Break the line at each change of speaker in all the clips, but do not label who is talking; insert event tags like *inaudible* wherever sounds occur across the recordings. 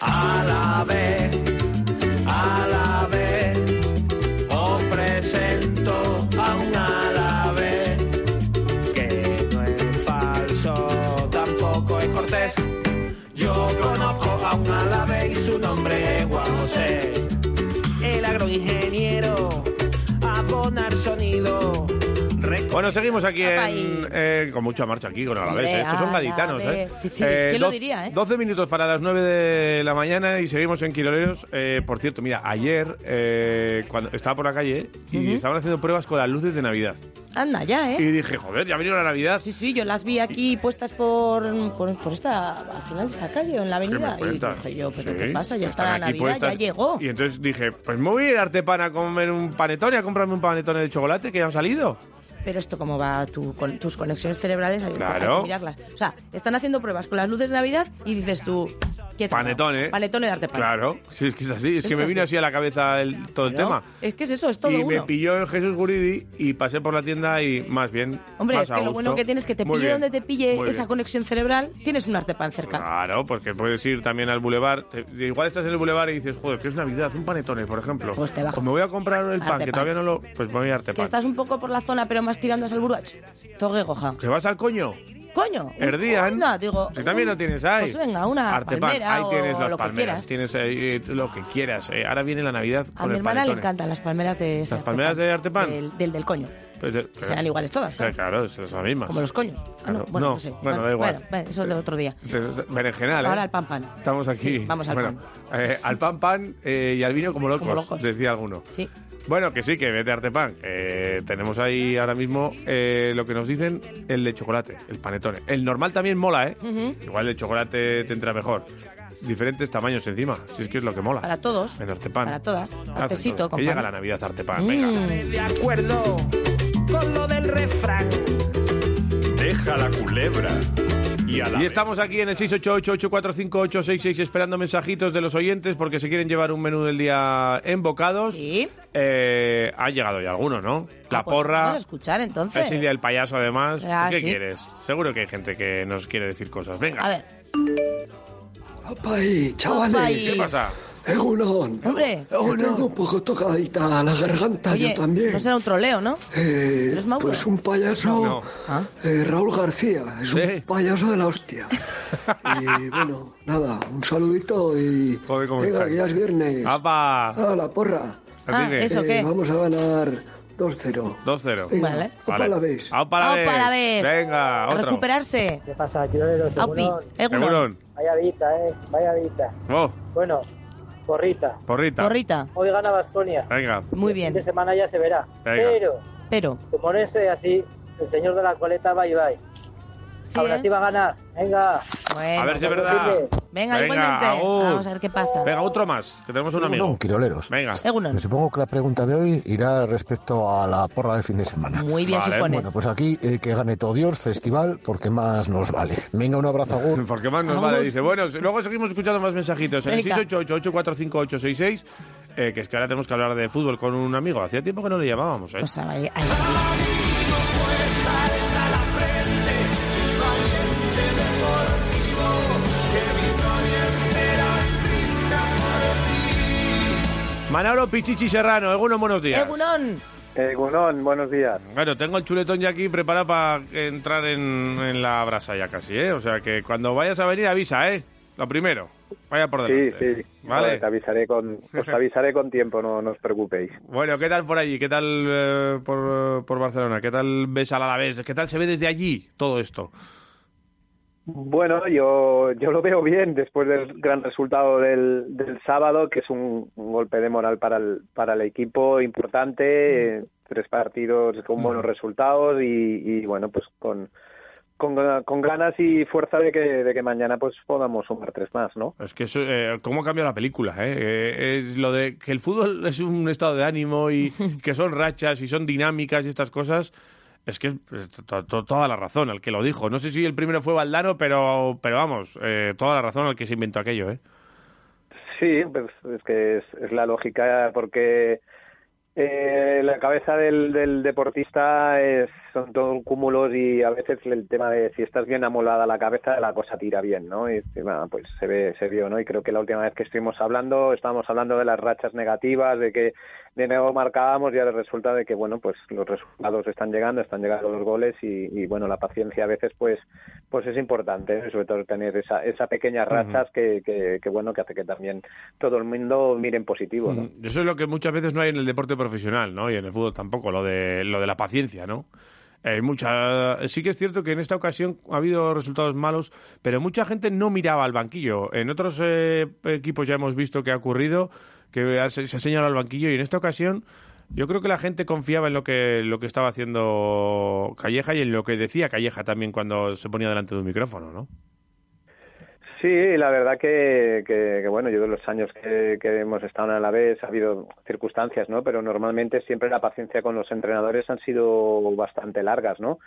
A la vez, a la vez, os presento a un árabe que no es falso, tampoco es cortés. Yo conozco a un árabe y su nombre es Juan José. El agroingeniero, a poner sonido. Re-
Bueno, seguimos aquí
Apa,
en,
y-
eh, con mucha marcha aquí con Alavés.
Hombre,
¿eh? Estos son gaditanos, ¿eh?
Alavés. Sí, sí, ¿quién lo diría, eh?
12 minutos para las 9 de la mañana y seguimos en Quiroleros. Eh, por cierto, mira, ayer eh, cuando estaba por la calle y estaban haciendo pruebas con las luces de Navidad.
Anda ya,
Y
¿eh?
dije, joder, ya vino la Navidad.
Sí, sí, yo las vi aquí puestas por, por, por esta, al final de esta calle, en la
¿Qué me
avenida. Y
cuentas?
dije yo, pero
Sí,
¿qué pasa? Ya está
están
la
aquí
Navidad,
puestas.
ya llegó.
Y entonces dije, pues me voy a ir a Artepana a comer un panetone, a comprarme un panetone de chocolate que ya han salido.
Pero esto cómo va tu, con, tus conexiones cerebrales, hay, que-
Claro.
hay que mirarlas. O sea, están haciendo pruebas con las luces de Navidad y dices tú... ¿qué tal?
Panetone.
Panetone de arte pan.
eh. Claro, sí, es que es así. Es,
Es
que me
así.
vino así a la cabeza el- todo el tema.
Es que es eso, es todo
y me
uno.
pilló el Jesús Guridi y pasé por la tienda y más bien.
Hombre,
más
es
a
que lo bueno
gusto.
que tienes es que te
Muy
pille
bien,
donde te pille
muy
esa
bien.
conexión cerebral, tienes un arte pan cerca.
Claro, porque puedes ir también al bulevar. Te- Igual estás en el bulevar y dices, joder, que es Navidad, un panetone, por ejemplo.
Pues te bajas.
o me voy a comprar el pan,
Arte
que
pan.
todavía no lo. Pues me voy a arte
Que
pan.
estás un poco por la zona, pero más tirando hacia el buruach. Togue goja.
¿Que vas al coño?
Coño.
Erdían.
No, digo.
Si también
un-
lo tienes ahí.
Pues venga, una
Arte pan.
palmera
Ahí
o
tienes las
lo que
palmeras.
quieras.
Tienes eh, lo que quieras. Eh, ahora viene la Navidad
A
con
mi
el
hermana
panetone.
le encantan las palmeras de ese
¿Las palmeras de arte pan?
Del, del, del coño.
Pues, eh, pero-
serán iguales todas,
Eh,
claro.
Claro, son las mismas.
Como los coños. Ah,
Claro.
no, bueno,
No,
no, sé.
bueno, da igual.
Bueno, bueno, eso es de otro día.
Entonces, Berenjenal, ¿eh?
Ahora al pan pan.
Estamos aquí.
Sí, vamos al
Bueno,
pan.
eh, al pan pan eh, y al vino como locos,
Como locos.
decía alguno.
Sí.
Bueno, que sí, que vete a Artepan. Eh, tenemos ahí ahora mismo eh, lo que nos dicen, el de chocolate, el panetone. El normal también mola, ¿eh? Igual el de chocolate te entra mejor. Diferentes tamaños encima, si es que es lo que mola.
Para todos.
En Artepan.
Para todas.
Hace
Artesito, Mm.
todo.
con
Que llega
pan. Ah,
la Navidad a Artepan, venga.
de acuerdo con lo del refrán.
Deja la culebra. Y a la
Y estamos aquí en el 688-845-866 esperando mensajitos de los oyentes porque se quieren llevar un menú del día en bocados.
Sí.
Eh, ha llegado ya alguno, ¿no? La
Ah, pues
porra.
Vamos a escuchar entonces.
Es el día del payaso, además.
Ah,
¿Qué
sí.
quieres? Seguro que hay gente que nos quiere decir cosas. Venga.
A ver.
¡Apay, chavales!
Apay.
¿Qué pasa?
¡Egunon!
Hombre.
Que tengo un poco tocadita la garganta
Oye,
Ah, yo también.
no será un troleo, ¿no?
Eh,
¿Eres Maura?
pues un payaso,
No.
Ah.
eh, Raúl García, es
Sí.
un payaso de la
*laughs*
hostia. y bueno, nada, un saludito y
Joder, ¿cómo Ah.
venga,
estáis?
que ya es viernes.
¡Apa!
¡A la porra! Eh,
Ah,
Enrique,
eso. qué?
vamos a ganar 2-0.
2-0.
Venga,
Vale.
apa la vez.
¡Apa la vez!
Aupa la vez.
Venga,
A
Ah, otro.
recuperarse.
¿Qué pasa, Quiroleros?
Aupi.
Segurón.
Egunon.
Segurón.
Vaya vita, eh. Vaya vita.
Oh,
Bueno, porrita.
porrita.
Porrita.
Hoy gana Bastonia.
Venga.
Muy
El fin
bien.
de semana ya se verá.
Venga.
Pero,
Pero.
como no esté así, el señor de la coleta va y va.
Sí,
Ahora
¿eh?
sí va a ganar. Venga.
Bueno.
a ver si es verdad.
Venga,
Venga,
igualmente.
agur.
Vamos a ver qué pasa.
Venga, otro más, que tenemos un amigo.
No, quiroleros.
Venga.
Egunon.
Pero supongo que la pregunta de hoy irá respecto a la porra del fin de semana.
Muy bien,
Vale,
supones.
Bueno, pues aquí eh, que gane todo Dios, festival, porque más nos vale. Venga, un abrazo, Agur.
*laughs* Porque más nos
Eh, Vamos.
vale. Dice, bueno, luego seguimos escuchando más mensajitos. En el
Venga.
688-845-866, eh, que es que ahora tenemos que hablar de fútbol con un amigo. Hacía tiempo que no le llamábamos, ¿eh?
O sea, ahí- ahí.
Manolo Pichichi Serrano, algunos buenos días.
Egunon.
Eh, Gunón, buenos días.
Bueno, tengo el chuletón ya aquí preparado para entrar en, en la brasa ya casi, ¿eh? O sea que cuando vayas a venir avisa, ¿eh? Lo primero, vaya por delante. Vale.
avisaré con, os avisaré con tiempo, no, os preocupéis.
Bueno, ¿qué tal por allí? ¿Qué tal eh, por, por Barcelona? ¿Qué tal ves al Alavés? ¿Qué tal se ve desde allí todo esto?
Bueno, yo, yo lo veo bien después del gran resultado del, del sábado, que es un, un golpe de moral para el, para el equipo Mm. importante, eh, tres partidos con buenos resultados y, y, bueno, pues con, con, con ganas y fuerza de que, de que mañana pues podamos sumar tres más, ¿no?
Es que eso, eh, cómo cambia la película, ¿eh? Eh, Es lo de que el fútbol *laughs* es un estado de ánimo y que son rachas y son dinámicas y estas cosas. Es que es to- to- toda la razón al que lo dijo. No sé si el primero fue Valdano, pero, pero vamos, eh, toda la razón al que se inventó aquello, ¿eh?
Sí, pues es que es, es la lógica porque eh, la cabeza del, del deportista es, son todos cúmulos y a veces el tema de si estás bien amolada la cabeza, la cosa tira bien, ¿no? Y bueno, pues se ve, se vio, ¿no? Y creo que la última vez que estuvimos hablando, estábamos hablando de las rachas negativas, de que de nuevo marcábamos y ahora resulta de que, bueno, pues los resultados están llegando, están llegando los goles y, y, bueno, la paciencia a veces pues pues es importante, ¿eh? sobre todo tener esa, esa pequeñas rachas que, que, que, bueno, que hace que también todo el mundo mire en positivo, ¿no?
Mm, Eso es lo que muchas veces no hay en el deporte profesional, ¿no? Y en el fútbol tampoco, lo de, lo de la paciencia, ¿no? Eh, mucha, sí que es cierto que en esta ocasión ha habido resultados malos, pero mucha gente no miraba al banquillo. En otros eh, equipos ya hemos visto que ha ocurrido, que ha- se se ha señalado al banquillo, y en esta ocasión yo creo que la gente confiaba en lo que, lo que estaba haciendo Calleja y en lo que decía Calleja también cuando se ponía delante de un micrófono, ¿no?
Sí, la verdad que, que, que, bueno, yo de los años que, que hemos estado en Alavés ha habido circunstancias, ¿no? Pero normalmente siempre la paciencia con los entrenadores han sido bastante largas, ¿no?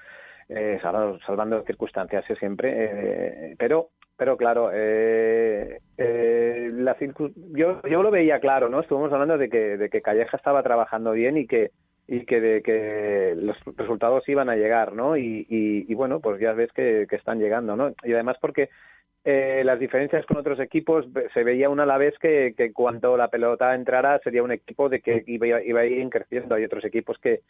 Eh, salvando, salvando circunstancias sí, siempre, eh, pero pero claro, eh, eh, la circu- yo, yo lo veía claro, ¿no? Estuvimos hablando de que, de que Calleja estaba trabajando bien y que y que de que los resultados iban a llegar, ¿no? Y, y, y bueno, pues ya ves que, que están llegando, ¿no? Y además porque eh, las diferencias con otros equipos ve- se veía una a la vez que, que cuando la pelota entrara sería un equipo de que iba, iba a ir creciendo. Hay otros equipos que,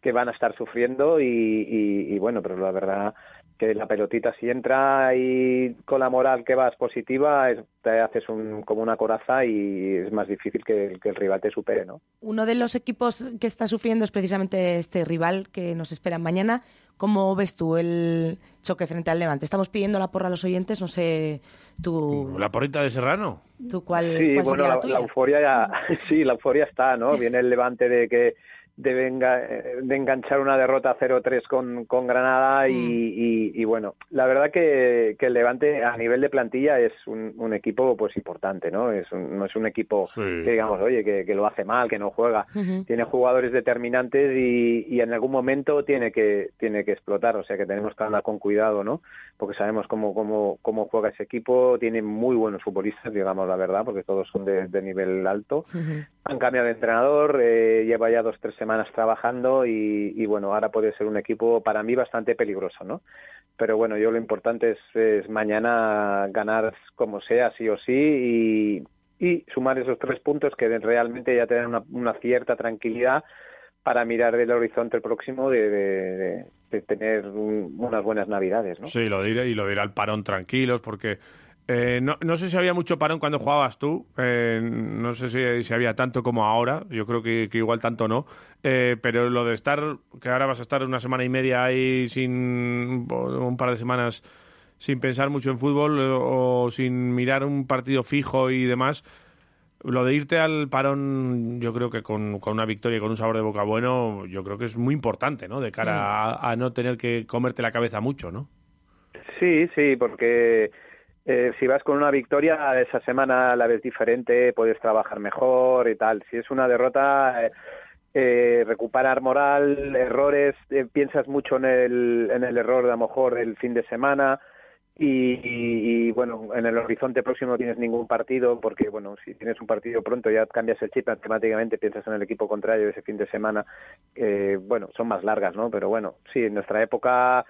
que van a estar sufriendo y, y- y bueno, pero la verdad que la pelotita si entra y con la moral que vas positiva es- te haces un, como una coraza y es más difícil que, que el rival te supere, ¿no?
Uno de los equipos que está sufriendo es precisamente este rival que nos espera mañana. ¿Cómo ves tú el choque frente al Levante? Estamos pidiendo la porra a los oyentes, no sé tú,
La porrita de Serrano.
tú cuál,
Sí,
cuál
bueno,
sería
la,
la,
la
tuya.
euforia ya, *laughs* sí, la euforia está, ¿no? Viene el levante de que de, venga- eh, de enganchar una derrota 0-3 con, con Granada y,
Mm.
y- y bueno, la verdad que, que el levante a nivel de plantilla es un, un equipo pues importante, ¿no? Es un- no es un equipo
Sí.
que digamos, oye, que, que lo hace mal, que no juega,
Ujú.
tiene jugadores determinantes y, y en algún momento tiene que tiene que explotar, o sea que tenemos que andar con cuidado, ¿no? Porque sabemos cómo cómo cómo juega ese equipo, tiene muy buenos futbolistas, digamos la verdad, porque todos son de, de nivel alto. Han cambiado de entrenador, eh, lleva ya dos tres semanas trabajando y, y bueno ahora puede ser un equipo para mí bastante peligroso, ¿no? Pero bueno, yo lo importante es, es mañana ganar como sea, sí o sí, y, y sumar esos tres puntos que de- realmente ya te dan una, una cierta tranquilidad para mirar el horizonte próximo de, de- de- de tener un- unas buenas navidades, ¿no?
Sí, lo diré y lo dirá el parón tranquilos, porque eh, no, no sé si había mucho parón cuando jugabas tú, eh, no sé si, si había tanto como ahora, yo creo que, que igual tanto no, eh, pero lo de estar, que ahora vas a estar una semana y media ahí sin un par de semanas sin pensar mucho en fútbol eh, o sin mirar un partido fijo y demás. Lo de irte al parón, yo creo que con, con una victoria y con un sabor de boca bueno, yo creo que es muy importante, ¿no? De cara a- a no tener que comerte la cabeza mucho, ¿no?
Sí, sí, porque eh, si vas con una victoria, esa semana la ves diferente, puedes trabajar mejor y tal. Si es una derrota, eh, eh, recuperar moral, errores, eh, piensas mucho en el, en el error de a lo mejor del fin de semana. Y, y- y, bueno, en el horizonte próximo no tienes ningún partido, porque bueno, si tienes un partido pronto ya cambias el chip matemáticamente, piensas en el equipo contrario ese fin de semana. Eh, bueno, son más largas, ¿no? Pero bueno, sí, en nuestra época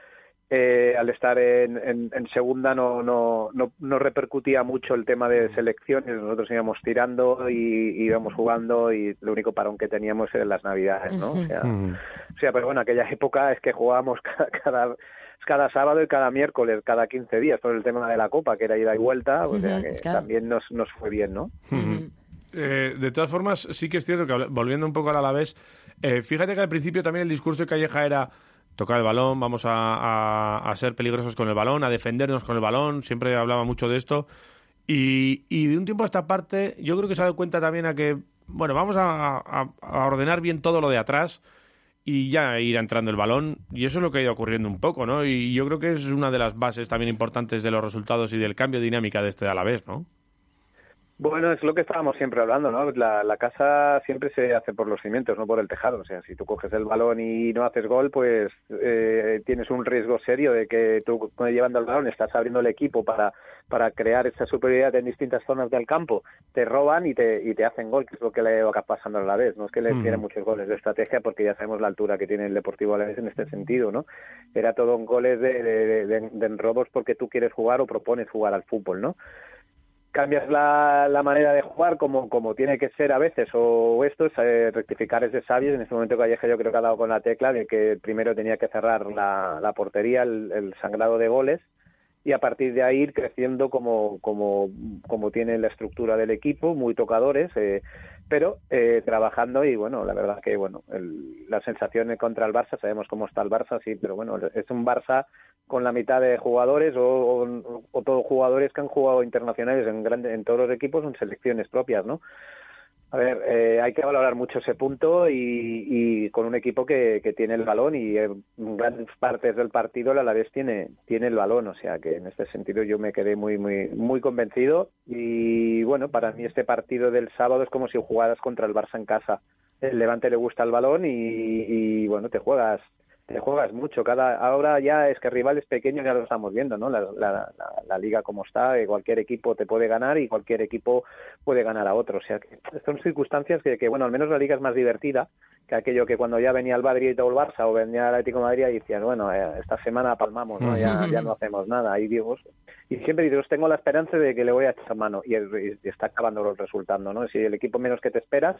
eh, al estar en, en- en segunda no, no, no, no repercutía mucho el tema de selecciones, nosotros íbamos tirando y íbamos jugando y lo único parón que teníamos eran las navidades, ¿no? O sea, o sea, pero bueno, aquella época es que jugábamos *laughs* cada, cada, cada sábado y cada miércoles, cada 15 días, por el tema de la copa, que era ida y vuelta, o sea
Ujú,
que
claro.
también nos, nos fue bien, ¿no?
Eh, de todas formas, sí que es cierto que, habla- volviendo un poco al Alavés, eh, fíjate que al principio también el discurso de Calleja era tocar el balón, vamos a, a- a ser peligrosos con el balón, a defendernos con el balón, siempre hablaba mucho de esto. Y, y de un tiempo a esta parte, yo creo que se ha dado cuenta también a que, bueno, vamos a, a- a ordenar bien todo lo de atrás y ya ir entrando el balón. Y eso es lo que ha ido ocurriendo un poco, ¿no? Y yo creo que es una de las bases también importantes de los resultados y del cambio de dinámica de este Alavés, ¿no?
Bueno, es lo que estábamos siempre hablando, ¿no? La, la casa siempre se hace por los cimientos, no por el tejado. O sea, si tú coges el balón y no haces gol, pues eh, tienes un riesgo serio de que tú eh, llevando el balón estás abriendo el equipo para, para crear esa superioridad en distintas zonas del campo. Te roban y te, y te hacen gol, que es lo que le va pasando a la vez. No es que le hicieran mm. muchos goles de estrategia, porque ya sabemos la altura que tiene el Deportivo a la vez en este sentido, ¿no? Era todo en goles de, de, de, de robos porque tú quieres jugar o propones jugar al fútbol, ¿no? cambias la, la, manera de jugar como, como tiene que ser a veces o esto, es, eh, rectificar es de sabios. En este momento Calleja yo creo que ha dado con la tecla de que primero tenía que cerrar la, la portería, el, el, sangrado de goles y a partir de ahí ir creciendo como, como, como tiene la estructura del equipo, muy tocadores, eh, pero eh, trabajando y bueno, la verdad que bueno, el, la sensación contra el Barça, sabemos cómo está el Barça, sí, pero bueno, es un Barça con la mitad de jugadores o, o, o todos jugadores que han jugado internacionales en, grande, en todos los equipos son selecciones propias, ¿no? A ver, eh, hay que valorar mucho ese punto y, y con un equipo que, que, tiene el balón y en grandes partes del partido a la vez tiene, tiene el balón, o sea que en este sentido yo me quedé muy, muy, muy convencido y bueno, para mí este partido del sábado es como si jugaras contra el Barça en casa. El Levante le gusta el balón y, y bueno, te juegas te juegas mucho. Cada ahora ya es que rivales pequeños ya lo estamos viendo, ¿no? La, la, la, la, liga como está, eh, cualquier equipo te puede ganar y cualquier equipo puede ganar a otro. O sea, que son circunstancias que, que, bueno, al menos la liga es más divertida que aquello que cuando ya venía el Madrid o el Barça o venía el Atlético de Madrid y decían, bueno, eh, esta semana palmamos, ¿no? Ya, ya no hacemos nada. Ahí digo, y siempre dices, tengo la esperanza de que le voy a echar mano y, el, y está acabando resultando, ¿no? Si el equipo menos que te esperas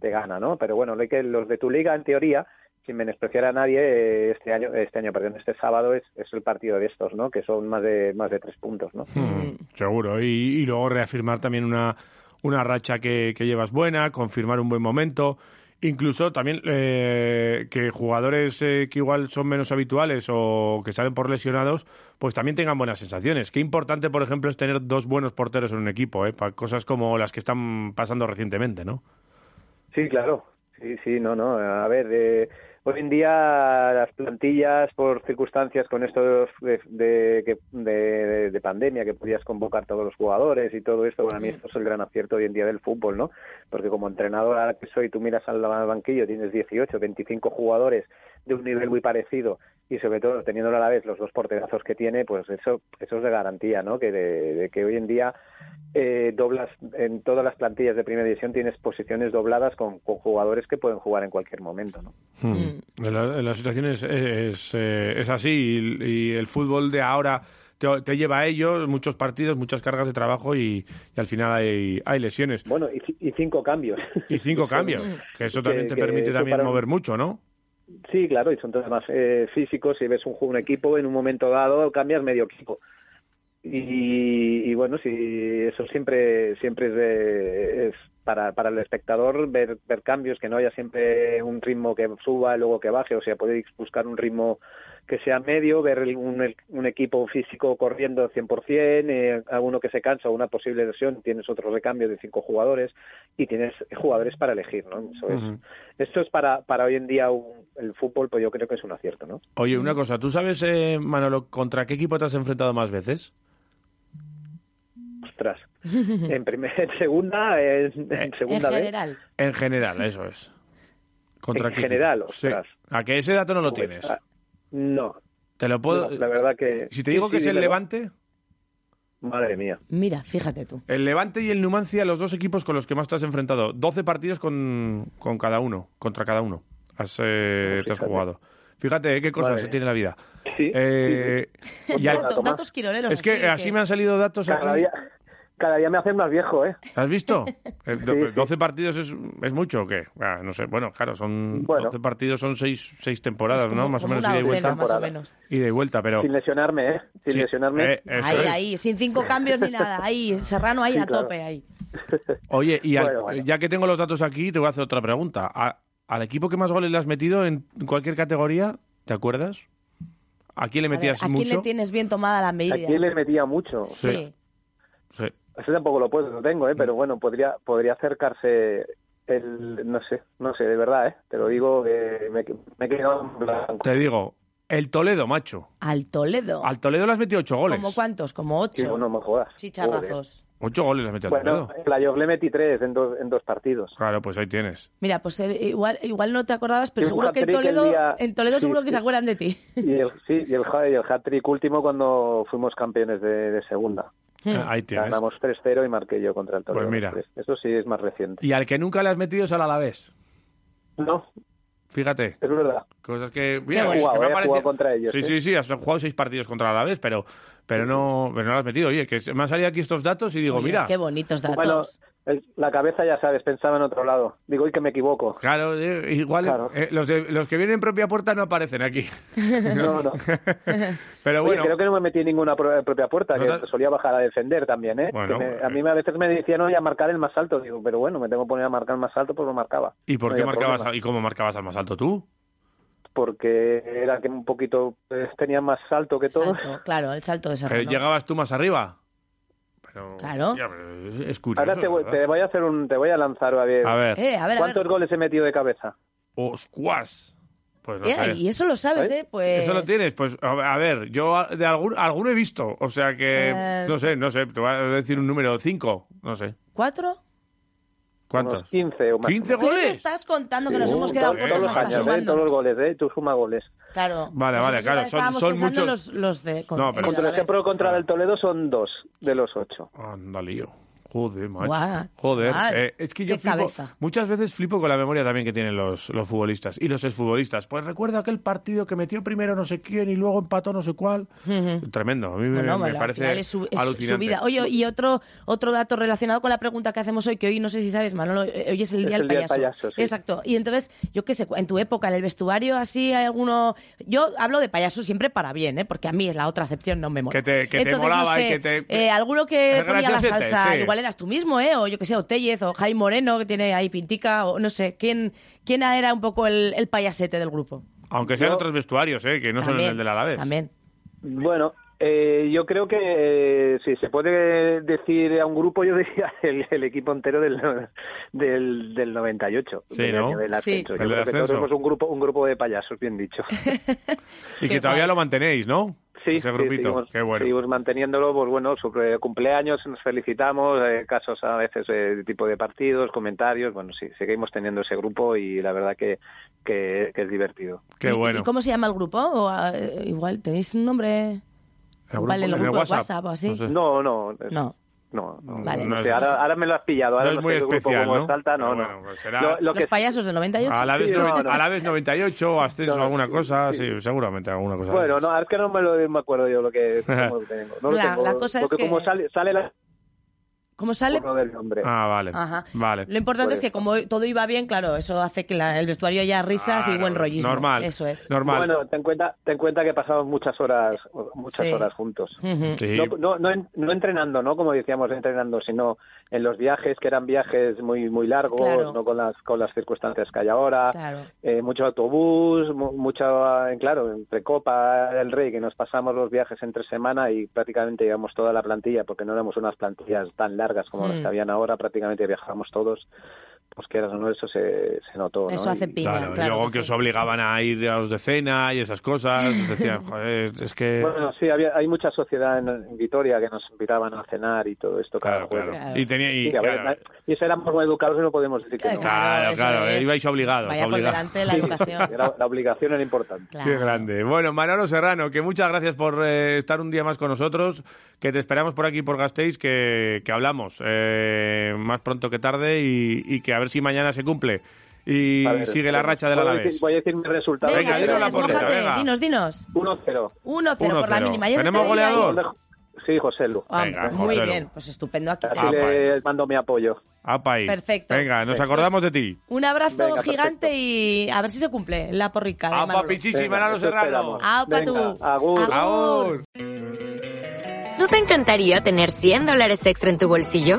te gana, ¿no? Pero bueno, lo que los de tu liga en teoría sin menospreciar a nadie, este año, este año, perdón, este sábado es, es, el partido de estos, ¿no? Que son más de más de tres puntos, ¿no?
Hmm, seguro. Y, y, luego reafirmar también una, una racha que, que, llevas buena, confirmar un buen momento. Incluso también eh, que jugadores eh, que igual son menos habituales o que salen por lesionados, pues también tengan buenas sensaciones. Qué importante, por ejemplo, es tener dos buenos porteros en un equipo, ¿eh? Para cosas como las que están pasando recientemente, ¿no?
Sí, claro. Sí, sí, no, no. A ver, eh, Hoy en día las plantillas, por circunstancias con esto de, de, de, de, pandemia, que podías convocar todos los jugadores y todo esto, para mí esto es el gran acierto hoy en día del fútbol, ¿no? Porque como entrenador ahora que soy, tú miras al banquillo, tienes 18, 25 jugadores de un nivel muy parecido y sobre todo teniéndolo a la vez los dos porterazos que tiene, pues eso, eso es de garantía, ¿no? Que, de, de que hoy en día eh, doblas en todas las plantillas de primera división tienes posiciones dobladas con, con jugadores que pueden jugar en cualquier momento, ¿no?
Hmm. La, la, situación es, es, eh, es así y, y, el fútbol de ahora te, te, lleva a ello, muchos partidos, muchas cargas de trabajo y, y al final hay, hay lesiones.
Bueno, y, y cinco cambios.
Y cinco cambios, que eso también
Que-
te
que
permite
eso
también
para un-
mover mucho, ¿no?
Sí, claro, y son todos más eh, físicos. Si ves un, ju- un equipo, en un momento dado cambias medio equipo. Y, y bueno, si eso siempre siempre es, de- es para, para el espectador ver, ver cambios, que no haya siempre un ritmo que suba y luego que baje, o sea, podéis buscar un ritmo que sea medio, ver el- un, un equipo físico corriendo al 100%, eh, alguno que se cansa, una posible lesión, tienes otro recambio de cinco jugadores y tienes jugadores para elegir, ¿no? Eso es,
Ujú.
esto es para, para hoy en día un- el fútbol, pues yo creo que es un acierto, ¿no?
Oye, una cosa, ¿tú sabes, eh, Manolo, contra qué equipo te has enfrentado más veces?
Ostras. En, primer, en segunda, en, en
En
segunda vez.
general.
Eh, En general, eso es.
En
qué equipo?
general,
Sí.
ostras.
A que ese dato no lo
Pues,
tienes.
ah, No,
Te lo puedo.
no, la verdad que.
Si te digo
sí,
que
sí,
es el
dímelo.
Levante,
Madre mía.
Mira, fíjate tú.
el Levante y el Numancia, los dos equipos con los que más te has enfrentado. 12 partidos con, con cada uno, contra cada uno. Has, eh, te has
Fíjate.
jugado. Fíjate eh, qué cosas
Vale.
se tiene la vida.
Sí.
Eh, y al-
Otro
Dato-
Tomás.
datos quiroleros.
es que así me han salido datos.
Cada
aquí.
día, cada día me hacen más viejo, ¿eh?
¿Has visto?
*laughs*
Eh, do-
Sí, sí.
12 partidos es, es mucho o qué? Ah, no sé. Bueno, claro, son
Bueno.
12 partidos son 6, temporadas,
Es como-
¿no? Más o
como
menos
una
ida y
docena,
vuelta.
más o menos.
Ida y vuelta, pero
Sin lesionarme, ¿eh? Sin
Sí,
lesionarme.
eh, eso
ahí,
es.
ahí, sin cinco cambios ni nada. Ahí, Serrano ahí
*laughs* Sí,
a
claro.
tope, ahí.
Oye, y al-
Bueno, bueno.
ya que tengo los datos aquí, te voy a hacer otra pregunta. A- ¿Al equipo que más goles le has metido en cualquier categoría, te acuerdas? ¿A quién le
A, ver,
metías
¿a quién
mucho?
le tienes bien tomada la medida?
¿A quién le metía mucho?
Sí.
Sí. Mm.
Eso tampoco lo puedo, lo tengo, ¿eh? Pero bueno, podría, podría acercarse el, no sé, no sé, de verdad, ¿eh? te lo digo, eh, me, me he quedado en blanco.
Te digo, el Toledo, macho.
Al Toledo.
Al Toledo le has metido ocho goles.
¿Como cuántos? Como
Sí,
ocho.
bueno, no me jodas.
Chicharrazos.
Ocho goles le has metido
Joder.
al
Bueno, eh.
Toledo.
en la Jog le metí tres en dos, en dos partidos.
Claro, pues ahí tienes.
Mira, pues eh, igual, igual no te acordabas, pero
Sí,
seguro que en
Patrick, el
Toledo,
día-
en Toledo
sí,
seguro que
sí.
se acuerdan de ti.
Y el, sí, y el, ha- y el hat-trick último cuando fuimos campeones de, de segunda.
Hmm.
Eh, Ahí tienes.
Ganamos 3-0 y marqué yo contra el Toledo.
Pues mira.
Eso sí es más reciente.
Y al que nunca le has metido es al Alavés.
No,
Fíjate,
es verdad.
cosas que... Mira,
bonito.
que me
Jugado,
ha
eh,
parecido-
jugado contra ellos,
Sí,
¿eh?
sí, sí, has jugado seis partidos contra el Alavés, pero, pero, no, pero no lo has metido. Oye, que me han salido aquí estos datos y digo,
Oye,
mira...
Qué bonitos datos.
Bueno, el- la cabeza ya sabes, pensaba en otro lado. Digo, y que me
*laughs*
equivoco.
Claro, eh, igual
Claro.
eh, los, de- los que vienen propia puerta no aparecen
*laughs*
aquí.
No, no.
Pero *laughs*
Oye,
bueno,
creo que no me metí en ninguna pro- propia puerta,
No
que
te-
solía bajar a defender también, ¿eh?
Bueno,
Que me-
eh.
a mí a veces me decían, oye, a marcar el más alto. Digo, pero bueno, me tengo que poner a marcar más alto, pues lo marcaba.
¿y por
No
qué
había
marcabas
problema.
al- y cómo marcabas al más alto tú?
Porque era que un poquito pues, tenía más alto que *laughs* todo.
Salto, claro, el salto de
Pero
Serrano.
llegabas tú más arriba. Pero,
Claro.
hostia, pero es, es curioso.
*laughs* Ahora te voy,
¿verdad?
te voy a hacer un, te voy a lanzar a ver.
A ver,
Eh, a ver, a
¿Cuántos
ver.
goles he metido de cabeza?
¡oscuas! Pues no
Eh,
sé.
y eso lo sabes,
¿Eh?
¿eh? Pues...
Eso lo tienes, pues a a ver, yo a- de algún, alguno he visto, o sea que
Eh,
no sé, no sé, te voy a decir un número, cinco, no sé,
¿Cuatro?
Unos
¿cuántos?
15 o más.
15
¿Qué me
goles.
estás contando que nos
Sí,
hemos
un
quedado
gol,
todos,
cortos?
eh,
todos
no
los
estás
años, ¿eh?
sumando.
todos los goles, ¿eh? Tú suma goles.
Claro.
Vale, vale,
Nosotros
claro,
ahora
son-
estábamos
son
pensando en
muchos-
Los, los de, con-
No, pero-
en el
Por
Contra
Alavés.
ejemplo, contra el Toledo son dos de los ocho.
Anda lío. Joder, macho.
Guau,
Joder.
chaval.
Eh, es que yo
Qué
flipo.
cabeza.
Muchas veces flipo con la memoria también que tienen los, los futbolistas y los exfutbolistas. Pues recuerdo aquel partido que metió primero no sé quién y luego empató no sé cuál. Tremendo. A mí me,
Bueno,
me
bueno, al
parece
final es su, es
alucinante.
su vida. Oye, y otro otro dato relacionado con la pregunta que hacemos hoy, que hoy no sé si sabes, Manolo, eh, hoy es el
Es
día
el
del
día del
payaso.
payaso, sí.
Exacto. Y entonces, yo qué sé, en tu época, en el vestuario, así hay alguno. Yo hablo de payaso siempre para bien, ¿eh? porque a mí es la otra acepción, no me mola.
Que te- que te
Entonces,
molaba
no
y
sé,
que te-
eh, alguno que
El
ponía la
graciosete,
salsa,
sí.
igual eras tú mismo, ¿eh? o yo qué sé, Otellez, o Jaime Moreno, que tiene ahí pintica, o no sé. ¿Quién, quién era un poco el, el payasete del grupo?
Aunque sean
Yo-
otros vestuarios, eh, que no son en
También,
el del Alavés.
También.
Bueno, eh, yo creo que eh, si se puede decir a un grupo, yo *laughs* diría el, el equipo entero del, no- del, del 98.
Sí,
del
¿no?
año del
Sí.
ascenso.
El
Yo
del
creo que
ascenso.
todos somos un grupo, un grupo de payasos, bien dicho.
Y que
Qué
todavía
guay.
lo mantenéis, ¿no?
Sí,
Ese
sí,
grupito.
seguimos,
Qué bueno.
seguimos manteniéndolo, pues bueno, sobre cumpleaños nos felicitamos, eh, casos a veces eh, de tipo de partidos, comentarios, bueno, sí, seguimos teniendo ese grupo y la verdad que, que, que es divertido.
Qué
¿Y-
bueno.
¿Y cómo se llama el grupo? O, ah, eh, igual tenéis un nombre.
grupo-
vale, el
en
grupo de WhatsApp o así.
No sé.
No, no, es-
No.
no, no,
Vale.
no
No
sé,
es-
ahora, ahora me lo has pillado,
no
ahora
es
no sé
muy
el grupo
especial,
cómo
¿no?
salta, no,
Pero bueno,
no.
pues será-
que
Los payasos del 98.
Alavés,
Sí, no,
noven-
no.
Alavés 98, ascenso,
No,
alguna
sí,
cosa,
sí.
sí, seguramente alguna cosa.
Bueno, no, es que no me lo me acuerdo yo lo
*laughs*
que cómo lo tengo. No lo
La-
tengo,
la cosa es
porque
que-
como sale, sale la
¿Cómo sale?
no del nombre.
Ah, vale.
Ajá.
Vale.
Lo importante
Por
es que
eso.
como todo iba bien, claro, eso hace que la- el vestuario haya risas y
Claro,
buen rollismo.
Normal.
Eso es.
Normal.
Bueno, ten cuenta, ten cuenta que pasamos muchas horas, muchas
Sí.
horas juntos.
Ujú.
Sí.
No, pues, no, no, en- no entrenando, ¿no? Como decíamos, entrenando, sino en los viajes, que eran viajes muy muy largos,
Claro.
no con las con las circunstancias que hay ahora.
Claro.
Eh, mucho autobús, mu- mucha, eh, claro, entre Copa del Rey, que nos pasamos los viajes entre semana y prácticamente llevamos toda la plantilla, porque no éramos unas plantillas tan largas como las
Mm.
que habían ahora, prácticamente viajábamos todos, pues que era, ¿no? Eso se, se notó, ¿no?
Eso hace
Y-
piña,
Claro,
claro.
y luego que,
que
os
sí.
obligaban a ir a los de cena y esas cosas.
*laughs*
Decían, joder, es que.
Bueno, sí, había, hay mucha sociedad en, en Vitoria que nos invitaban a cenar y todo esto cada
claro, claro.
jueves.
Claro.
Y tenía. Y,
Sí, a ver,
claro,
y eso éramos muy educados y no podemos decir que no.
Claro, claro, eh,
eso es.
ibais obligados,
Vaya por
obligados.
delante la educación.
Era- la obligación era importante.
Claro.
Qué grande. Bueno, Manolo Serrano, que muchas gracias por eh, estar un día más con nosotros, que te esperamos por aquí, por Gasteiz, que, que hablamos eh, más pronto que tarde y, y que a ver si mañana se cumple y
A ver, eh,
sigue la racha de la
voy a decir-
Alavés.
Voy a decir mi resultado.
Venga,
Venga,
dilo
eso
la
es,
portera,
mójate.
venga.
Dinos, dinos.
1-0.
1-0 por la
1-0.
mínima. Ya se
¿Tenemos
te veía ahí.
goleador?
Sí, José Lu.
Ah,
Venga,
muy
Joselu.
bien, pues estupendo aquí
Así
Ah,
tenemos.
le mando mi apoyo.
Apa ahí.
Perfecto.
Venga, nos acordamos de ti.
Un abrazo
Venga, perfecto.
gigante y a ver si se cumple la porrica de
Apa,
Manolo.
pichichi,
Venga,
Manolo
eso
Serrano.
esperamos.
Aupa tú.
Venga, agur.
Agur.
¿No te encantaría tener 100 dólares extra en tu bolsillo?